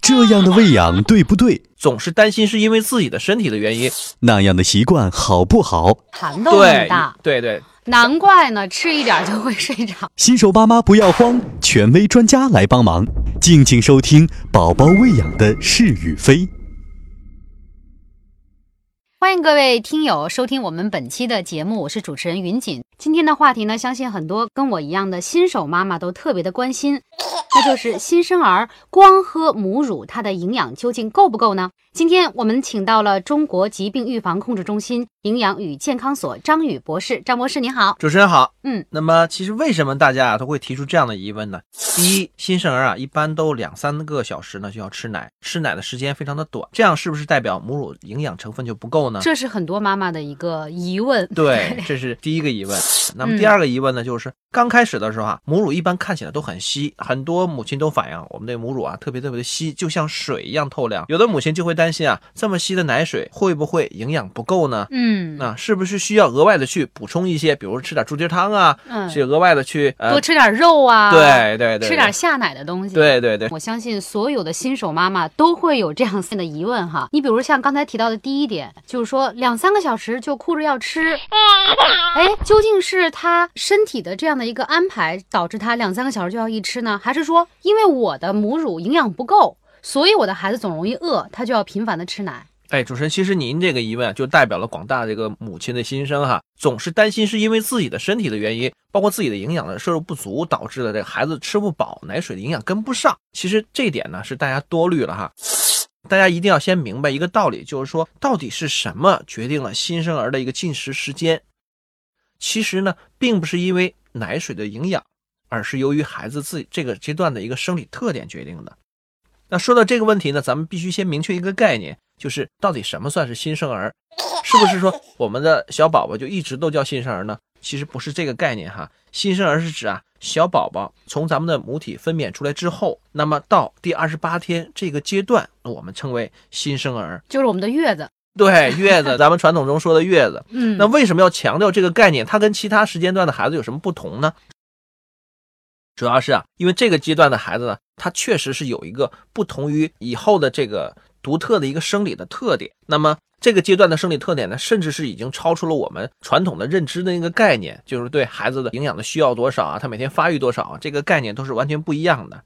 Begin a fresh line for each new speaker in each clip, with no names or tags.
这样的喂养对不对？
总是担心是因为自己的身体的原因。
那样的习惯好不好？
涵都很
对
大，，
对对，
难怪呢，吃一点就会睡着。
新手爸妈不要慌，权威专家来帮忙。敬请收听《宝宝喂养的是与非》。
欢迎各位听友收听我们本期的节目，我是主持人云锦。今天的话题呢，相信很多跟我一样的新手妈妈都特别的关心，那就是新生儿光喝母乳，它的营养究竟够不够呢？今天我们请到了中国疾病预防控制中心营养与健康所张宇博士，张博士您好。
主持人好。
嗯，
那么其实为什么大家啊都会提出这样的疑问呢？第一，新生儿啊一般都两三个小时呢就要吃奶，吃奶的时间非常的短，这样是不是代表母乳营养成分就不够呢？
这是很多妈妈的一个疑问。
嗯 对，这是第一个疑问。那么第
嗯
二个疑问呢，就是刚开始的时候啊，母乳一般看起来都很稀，很多母亲都反映我们对母乳啊特别特别的稀，就像水一样透亮。有的母亲就会担心啊，这么稀的奶水会不会营养不够呢？
嗯，
那是不是需要额外的去补充一些，比如吃点猪蹄汤啊，
嗯，
去额外的去呃
多，吃点肉啊，
对对对，
吃点下奶的东西。。
对对对，
我相信所有的新手妈妈都会有这样的疑问哈。你比如像刚才提到的第一点，就是说两三个小时就哭着要吃，哎，究竟是她身体的这样的一个安排导致她两三个小时就要一吃呢，还是说因为我的母乳营养不够，所以我的孩子总容易饿，他就要频繁的吃奶？
哎，主持人，其实您这个疑问就代表了广大这个母亲的心声哈，总是担心是因为自己的身体的原因，包括自己的营养的摄入不足，导致了这个孩子吃不饱，奶水的营养跟不上。其实这一点呢是大家多虑了哈。大家一定要先明白一个道理，就是说，到底是什么决定了新生儿的一个进食时间？其实呢，并不是因为奶水的营养，而是由于孩子自己这个阶段的一个生理特点决定的。那说到这个问题呢，咱们必须先明确一个概念，就是到底什么算是新生儿？是不是说我们的小宝宝就一直都叫新生儿呢？其实不是这个概念哈，新生儿是指啊，小宝宝从咱们的母体分娩出来之后，那么到第二十八天这个阶段，我们称为新生儿。
就是我们的月子，
对，月子，咱们传统中说的月子。
嗯，
那为什么要强调这个概念？它跟其他时间段的孩子有什么不同呢？主要是啊，因为这个阶段的孩子呢，他确实是有一个不同于以后的这个独特的一个生理的特点。那么这个阶段的生理特点呢，甚至是已经超出了我们传统的认知的一个概念，就是对孩子的营养的需要多少啊，他每天发育多少啊，这个概念都是完全不一样的。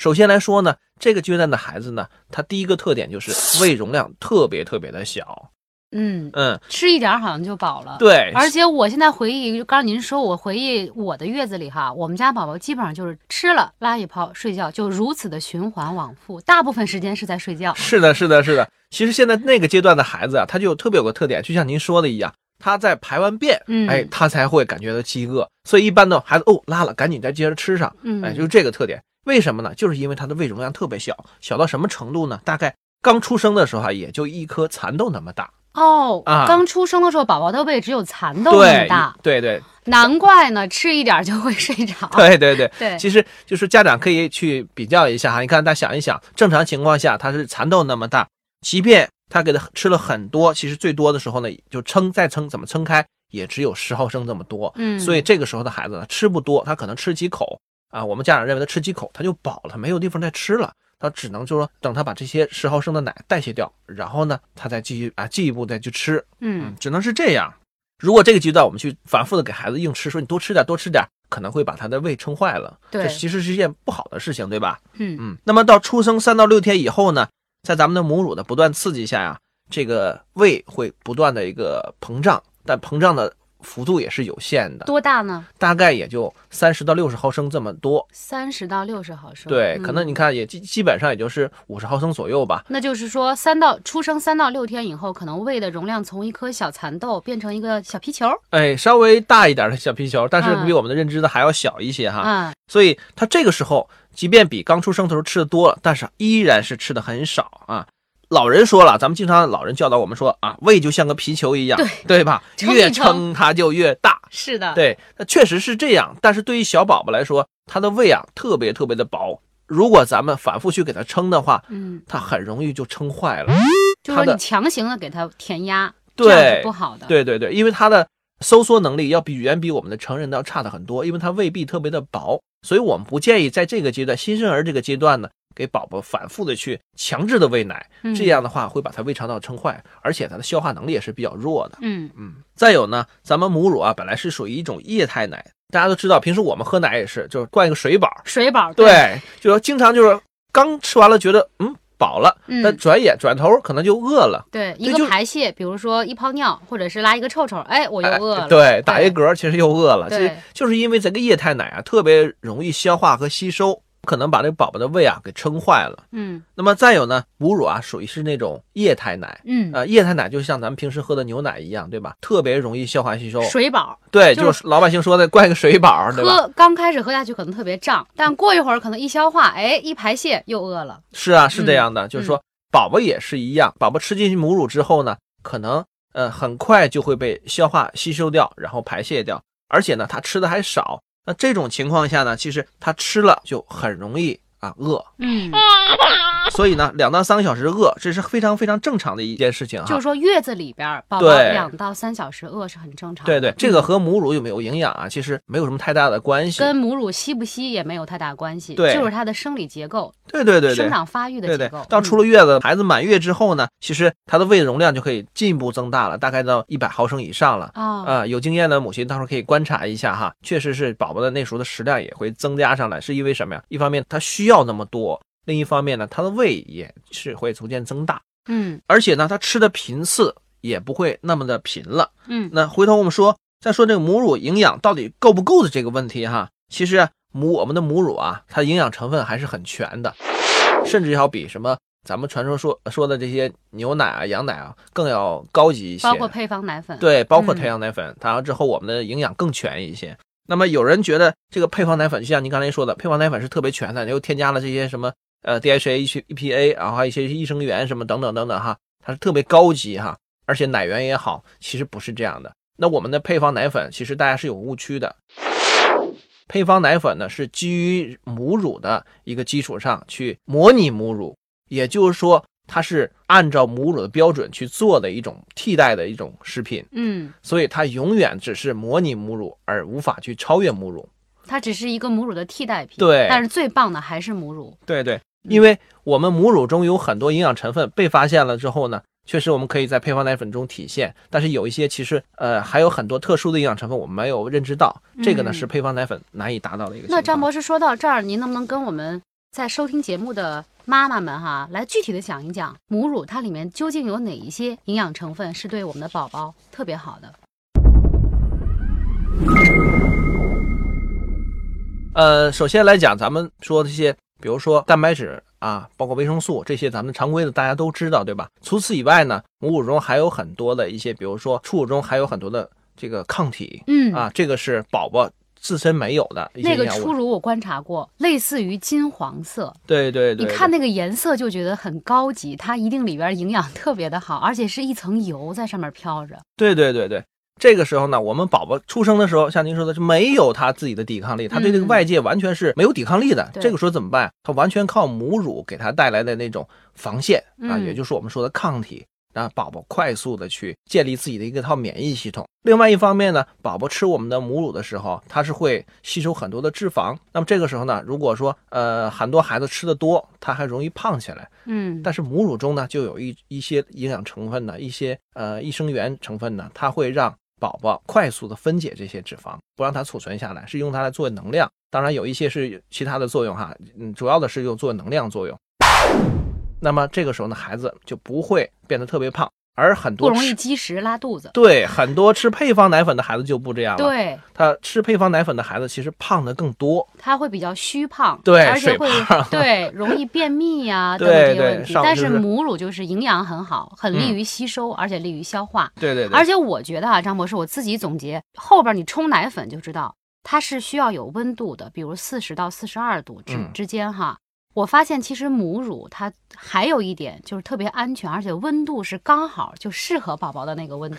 首先来说呢，这个阶段的孩子呢，他第一个特点就是胃容量特别特别的小，
嗯，
嗯，
吃一点儿好像就饱了。
对，
而且我现在回忆，就刚刚您说，我回忆我的月子里哈，我们家宝宝基本上就是吃了拉一泡，睡觉，就如此的循环往复，大部分时间是在睡觉。
是的，是的，是的。其实现在那个阶段的孩子啊，他就有特别有个特点，就像您说的一样，他在排完便，
嗯
哎，他才会感觉到饥饿。所以一般的孩子哦拉了，赶紧再接着吃上，
嗯，
哎，就是这个特点。为什么呢？就是因为他的胃容量特别小，小到什么程度呢？大概刚出生的时候啊，也就一颗蚕豆那么大。
哦，
啊
刚出生的时候，宝宝的胃只有蚕豆那么
对
大，，
对对
难怪呢，吃一点儿就会睡着。
对对对。
对
其实就是家长可以去比较一下哈，你看大家想一想，正常情况下它是蚕豆那么大，即便他给它吃了很多，其实最多的时候呢，就撑再撑怎么撑开也只有十毫升这么多，
嗯
所以这个时候的孩子呢吃不多，他可能吃几口啊，我们家长认为他吃几口他就饱了，没有地方再吃了。他只能就是说，等他把这些十毫升的奶代谢掉，然后呢，他再继续啊，进一步再去吃。嗯
嗯，，
只能是这样。如果这个阶段我们去反复的给孩子硬吃，说你多吃点，多吃点，可能会把他的胃撑坏了。
对
这其实是一件不好的事情，对吧？
嗯，
嗯。那么到出生三到六天以后呢，在咱们的母乳的不断刺激下呀、这个胃会不断的一个膨胀，但膨胀的幅度也是有限的，
多大呢？
大概也就三十到六十毫升这么多。
三十到六十毫升。
对，
嗯
可能你看也基基本上也就是五十毫升左右吧。
那就是说，三到出生三到六天以后，可能胃的容量从一颗小蚕豆变成一个小皮球。
哎，稍微大一点的小皮球，但是
嗯
比我们的认知的还要小一些哈。
嗯，
所以他这个时候，即便比刚出生的时候吃的多了，但是依然是吃的很少啊。老人说了，咱们经常老人教导我们说啊，胃就像个皮球一样，
对
吧？
撑一
越
撑啊
撑它就越大。
是的。
对，那确实是这样。但是对于小宝宝来说，他的胃啊特别特别的薄，如果咱们反复去给他撑的话，
嗯，
他很容易就撑坏了。
就
它
说你
的
强行的给它填压，这样
对
是不，好的。，
对对对，因为它的收缩能力要比远比我们的成人的要差的很多，因为它胃壁特别的薄，所以我们不建议在这个阶段，新生儿这个阶段呢，给宝宝反复的去强制的喂奶，
嗯
这样的话会把它胃肠道撑坏，而且它的消化能力也是比较弱的。
嗯
嗯，再有呢，咱们母乳啊本来是属于一种液态奶，大家都知道，平时我们喝奶也是，就是灌一个水饱，
水饱
对，就是经常就是刚吃完了觉得嗯饱了，
嗯
但转眼转头可能就饿了。
对，一
这
个
就
排泄，比如说一泡尿，或者是拉一个臭臭，哎，我又
哎
饿 了。
对，打一嗝，其实又饿了。
对
这就是因为咱个液态奶啊，特别容易消化和吸收，可能把这宝宝的胃啊给撑坏了。
嗯
那么再有呢，母乳啊属于是那种液态奶，
嗯，
呃，液态奶就像咱们平时喝的牛奶一样，对吧？特别容易消化吸收。
水饱，
对，
就是
就是老百姓说的 灌个水饱，对吧？
喝刚开始喝下去可能特别胀，但过一会儿可能一消化，哎，一排泄又饿了。
是啊，是这
嗯
样的，就是说宝宝也是一样，宝宝吃进去母乳之后呢，可能呃很快就会被消化吸收掉，然后排泄掉，而且呢他吃的还少，那这种情况下呢，其实他吃了就很容易啊饿，
嗯，
所以呢两到三个小时饿，这是非常非常正常的一件事情啊哈。
就是说月子里边儿宝宝
对
两到三小时饿是很正常
对
的。
对，
嗯
这个和母乳有没有营养啊，其实没有什么太大的关系。
跟母乳吸不吸也没有太大关系，
对
就是它的生理结构、
对对对对
生，长发育的
对对
结构。，
到
嗯
出了月子，孩子满月之后呢，其实他的胃容量就可以进一步增大了，大概到一百毫升以上了。
啊，
呃，有经验的母亲到时候可以观察一下哈，确实是宝宝的那时候的食量也会增加上来，是因为什么呀？一方面他需要那么多，另一方面呢，他的胃也是会逐渐增大，
嗯
而且呢，他吃的频次也不会那么的频了。
嗯
那回头我们说，再说这个母乳营养到底够不够的这个问题哈，其实啊母我们的母乳啊，它营养成分还是很全的，甚至要比什么咱们传说说说的这些牛奶啊、羊奶啊更要高级一些，
包括配方奶粉。，
对，包括
嗯
培养奶粉，它之后我们的营养更全一些。那么有人觉得这个配方奶粉，就像您刚才说的，配方奶粉是特别全的，又添加了这些什么呃 DHA、EPA，然后还有一些益生元什么等等等等哈，它是特别高级哈，而且奶源也好，其实不是这样的。那我们的配方奶粉其实大家是有误区的，配方奶粉呢是基于母乳的一个基础上去模拟母乳，也就是说它是按照母乳的标准去做的一种替代的一种食品。
嗯，
所以它永远只是模拟母乳，而无法去超越母乳。
它只是一个母乳的替代品。
对
但是最棒的还是母乳。
对对，因为我们母乳中有很多营养成分被发现了之后呢，确实我们可以在配方奶粉中体现，但是有一些其实呃还有很多特殊的营养成分我们没有认知到，这个呢
嗯
是配方奶粉难以达到的一个情况。
那张博士说到这儿，您能不能跟我们在收听节目的妈妈们哈，来具体的讲一讲母乳它里面究竟有哪一些营养成分是对我们的宝宝特别好的？
呃，首先来讲，咱们说这些，比如说蛋白质啊，包括维生素这些，咱们常规的大家都知道，对吧？除此以外呢，母乳中还有很多的一些，比如说初乳中还有很多的这个抗体，
嗯
啊，这个是宝宝自身没有的一些
那个
药物
初乳我观察过，类似于金黄色，
对对
你
对，
看
对
那个颜色就觉得很高级，它一定里边营养特别的好，而且是一层油在上面飘着。
对对对对。这个时候呢，我们宝宝出生的时候，像您说的，是没有他自己的抵抗力，他对这个
嗯
外界完全是没有抵抗力的。
对
这个时候怎么办？他完全靠母乳给他带来的那种防线啊，
嗯
也就是我们说的抗体，让宝宝快速的去建立自己的一个套免疫系统。另外一方面呢，宝宝吃我们的母乳的时候，它是会吸收很多的脂肪。那么这个时候呢，如果说呃很多孩子吃的多，他还容易胖起来。
嗯，
但是母乳中呢，就有一一些营养成分呢，一些呃益生元成分呢，它会让宝宝快速的分解这些脂肪，不让它储存下来，是用它来作为能量。当然有一些是其他的作用哈，嗯，主要的是用作为能量作用。那么这个时候呢，孩子就不会变得特别胖，而很
不
多
容易
吃
积食拉肚子。
对很多吃配方奶粉的孩子就不这样了。，
对，
他吃配方奶粉的孩子其实胖的更多。
它会比较虚胖，
对
而且
水
会
胖
对容易便 秘呀、等
对
等这些问
对
题。
上
但
就是是
母乳就是营养很好，很利于吸收，而且利于消化。
对对对，
而且我觉得啊，张博士，我自己总结后边你冲奶粉就知道，它是需要有温度的，比如四十到四十二度之、
嗯
之间哈。我发现其实母乳它还有一点就是特别安全，而且温度是刚好就适合宝宝的那个温度。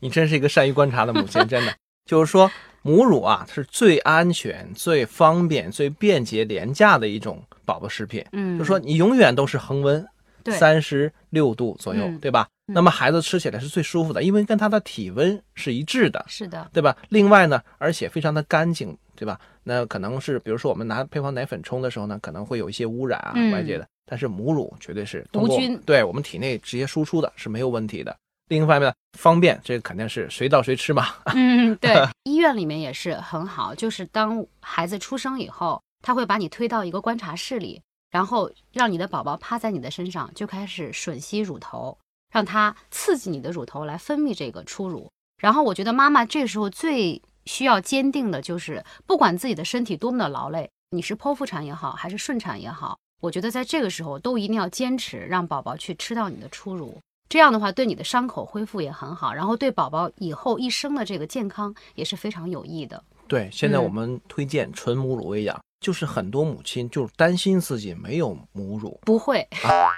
你真是一个善于观察的母亲，真的。 就是说，母乳啊是最安全、最方便、最便捷、廉价的一种宝宝食品。
嗯，
就说你永远都是恒温，
对
三十六度左右，
嗯
对吧？
嗯
那么孩子吃起来是最舒服的，因为跟他的体温是一致的，
是的，
对吧？另外呢，而且非常的干净，对吧？那可能是比如说我们拿配方奶粉冲的时候呢，可能会有一些污染啊、
嗯
外界的，但是母乳绝对是通过
无菌
对我们体内直接输出的是没有问题的。另一方面呢，方便这个肯定是随到随吃嘛，
嗯，对，医院里面也是很好，就是当孩子出生以后，他会把你推到一个观察室里，然后让你的宝宝趴在你的身上，就开始吮吸乳头，让他刺激你的乳头来分泌这个初乳。然后我觉得妈妈这时候最需要坚定的就是，不管自己的身体多么的劳累，你是剖腹产也好，还是顺产也好，我觉得在这个时候都一定要坚持让宝宝去吃到你的初乳。这样的话，对你的伤口恢复也很好，然后对宝宝以后一生的这个健康也是非常有益的。
对，现在我
嗯
们推荐纯母乳喂养，就是很多母亲就是担心自己没有母乳
不会，。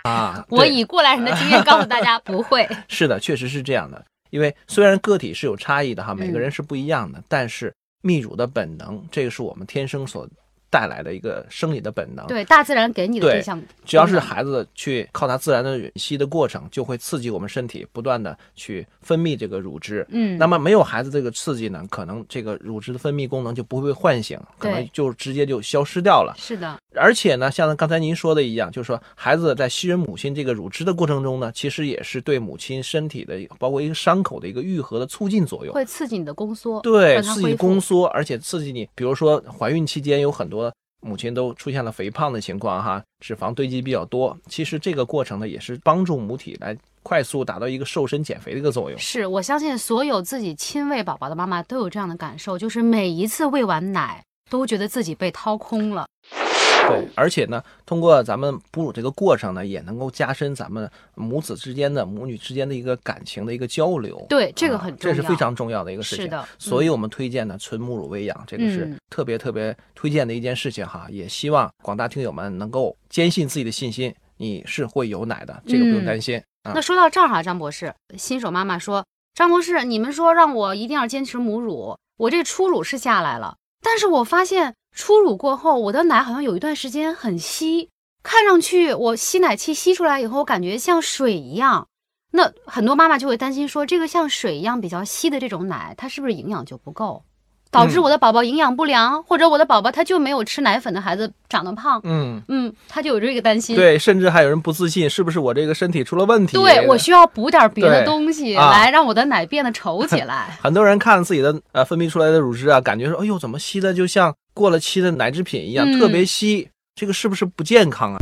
啊
我
对
以过来人的经验告诉大家，不会。
是的，确实是这样的。因为虽然个体是有差异的哈，每个
嗯
人是不一样的，但是泌乳的本能，这个是我们天生所带来的一个生理的本能。，
对，大自然给你的这
对
项，
只要是孩子去靠他自然的吮吸的过程，就会刺激我们身体不断的去分泌这个乳汁。
嗯，
那么没有孩子这个刺激呢，可能这个乳汁的分泌功能就不会被唤醒，可能
对
就直接就消失掉了。
是的，
而且呢，像刚才您说的一样，就是说孩子在吸吮母亲这个乳汁的过程中呢，其实也是对母亲身体的，包括一个伤口的一个愈合的促进作用，
会刺激你的宫缩，
对
让它
刺
恢
激
复
宫缩，而且刺激你，比如说怀孕期间有很多母亲都出现了肥胖的情况哈，脂肪堆积比较多，其实这个过程呢，也是帮助母体来快速达到一个瘦身减肥的一个作用。
是我相信所有自己亲喂宝宝的妈妈都有这样的感受，就是每一次喂完奶都觉得自己被掏空了。哦
对，而且呢，通过咱们哺乳这个过程呢，也能够加深咱们母子之间的、母女之间的一个感情的一个交流。
对，这个
啊
很重
这
要，
是非常重要的一个事情。
是的，
所以
嗯
我们推荐呢纯母乳喂养，这个是
嗯
特别特别推荐的一件事情哈。也希望广大听友们能够坚信自己的信心，你是会有奶的，这个不用
嗯
担心。啊
那说到这儿哈、张博士，新手妈妈说，张博士，你们说让我一定要坚持母乳，我这初乳是下来了，但是我发现初乳过后，我的奶好像有一段时间很稀，看上去我吸奶器吸出来以后，我感觉像水一样。那很多妈妈就会担心说，这个像水一样比较稀的这种奶，它是不是营养就不够，导致
嗯
我的宝宝营养不良，或者我的宝宝他就没有吃奶粉的孩子长得胖？
嗯，
嗯，他就有这个担心。
对，甚至还有人不自信，是不是我这个身体出了问题？
对我需要补点别的
对
东西
啊
来让我的奶变得稠起 来。
很多人看自己的呃分泌出来的乳汁啊，感觉说，哎呦，怎么稀的就像过了期的奶制品一样，
嗯
特别稀，这个是不是不健康啊？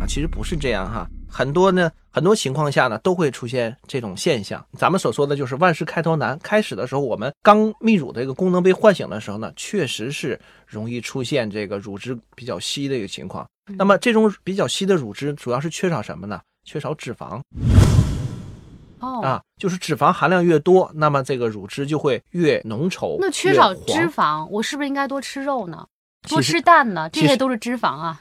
啊，其实不是这样哈，很多呢，很多情况下呢都会出现这种现象。咱们所说的就是万事开头难，开始的时候我们刚泌乳的这个功能被唤醒的时候呢，确实是容易出现这个乳汁比较稀的一个情况。那么这种比较稀的乳汁主要是缺少什么呢？缺少脂肪。
哦，
啊，就是脂肪含量越多，那么这个乳汁就会越浓稠，
那缺
越
少
黄
脂，肪，我是不是应该多吃肉呢？多
其实
吃蛋呢？这
其
些
实
都是脂肪啊。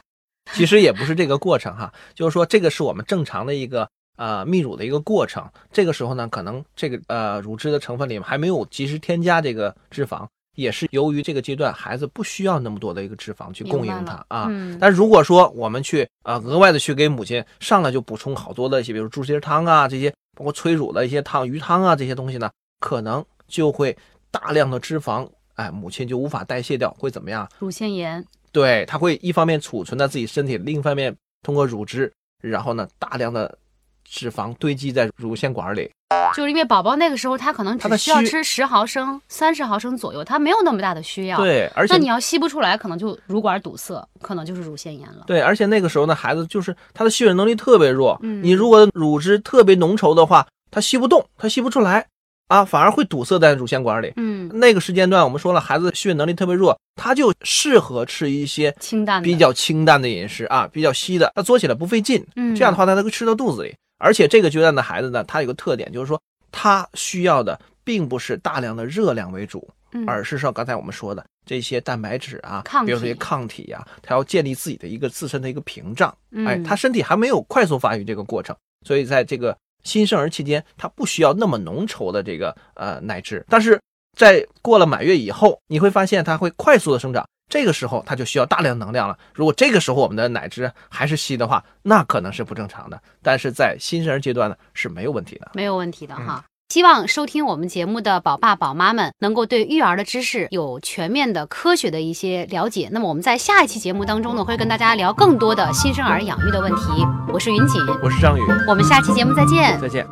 其实也不是这个过程哈，就是说这个是我们正常的一个呃泌乳的一个过程。这个时候呢，可能这个呃乳汁的成分里面还没有及时添加这个脂肪，也是由于这个阶段孩子不需要那么多的一个脂肪去供
明白
应
了
它啊。
嗯，
但如果说我们去啊、呃额外的去给母亲上来就补充好多的一些，比如猪蹄儿汤啊这些，包括催乳的一些汤、鱼汤啊这些东西呢，可能就会大量的脂肪，哎，母亲就无法代谢掉，会怎么样？
乳腺炎，
对，它会一方面储存在自己身体，另一方面通过乳汁，然后呢大量的脂肪堆积在乳腺管里，
就是因为宝宝那个时候他可能
他
只
的
需要
需
吃十毫升、三十毫升左右，他没有那么大的需要。，
对，而且
那你要吸不出来，可能就乳管堵塞，可能就是乳腺炎了。
对，而且那个时候呢，孩子就是他的吸吮能力特别弱，
嗯
你如果乳汁特别浓稠的话，他吸不动，他吸不出来啊，反而会堵塞在乳腺管里。
嗯，
那个时间段我们说了，孩子吸吮能力特别弱，他就适合吃一些
清淡的
比较清淡的饮食啊，比较稀的，他做起来不费劲。
嗯，
这样的话，他能够吃到肚子里。而且这个阶段的孩子呢，他有个特点，就是说他需要的并不是大量的热量为主，
嗯，
而是像刚才我们说的这些蛋白质啊，
抗
比如说一些
体
抗体啊，它要建立自己的一个自身的一个屏障。哎，
嗯
他身体还没有快速发育这个过程，所以在这个新生儿期间，他不需要那么浓稠的这个呃奶汁。但是在过了满月以后，你会发现它会快速的生长，这个时候它就需要大量能量了。如果这个时候我们的奶汁还是稀的话，那可能是不正常的。但是在新生儿阶段呢，是没有问题的。
没有问题的哈。希望收听我们节目的宝爸宝妈们能够对育儿的知识有全面的、科学的一些了解。那么我们在下一期节目当中呢，会跟大家聊更多的新生儿养育的问题。我是云锦，
我是张宇，
我们下期节目再见。
再见。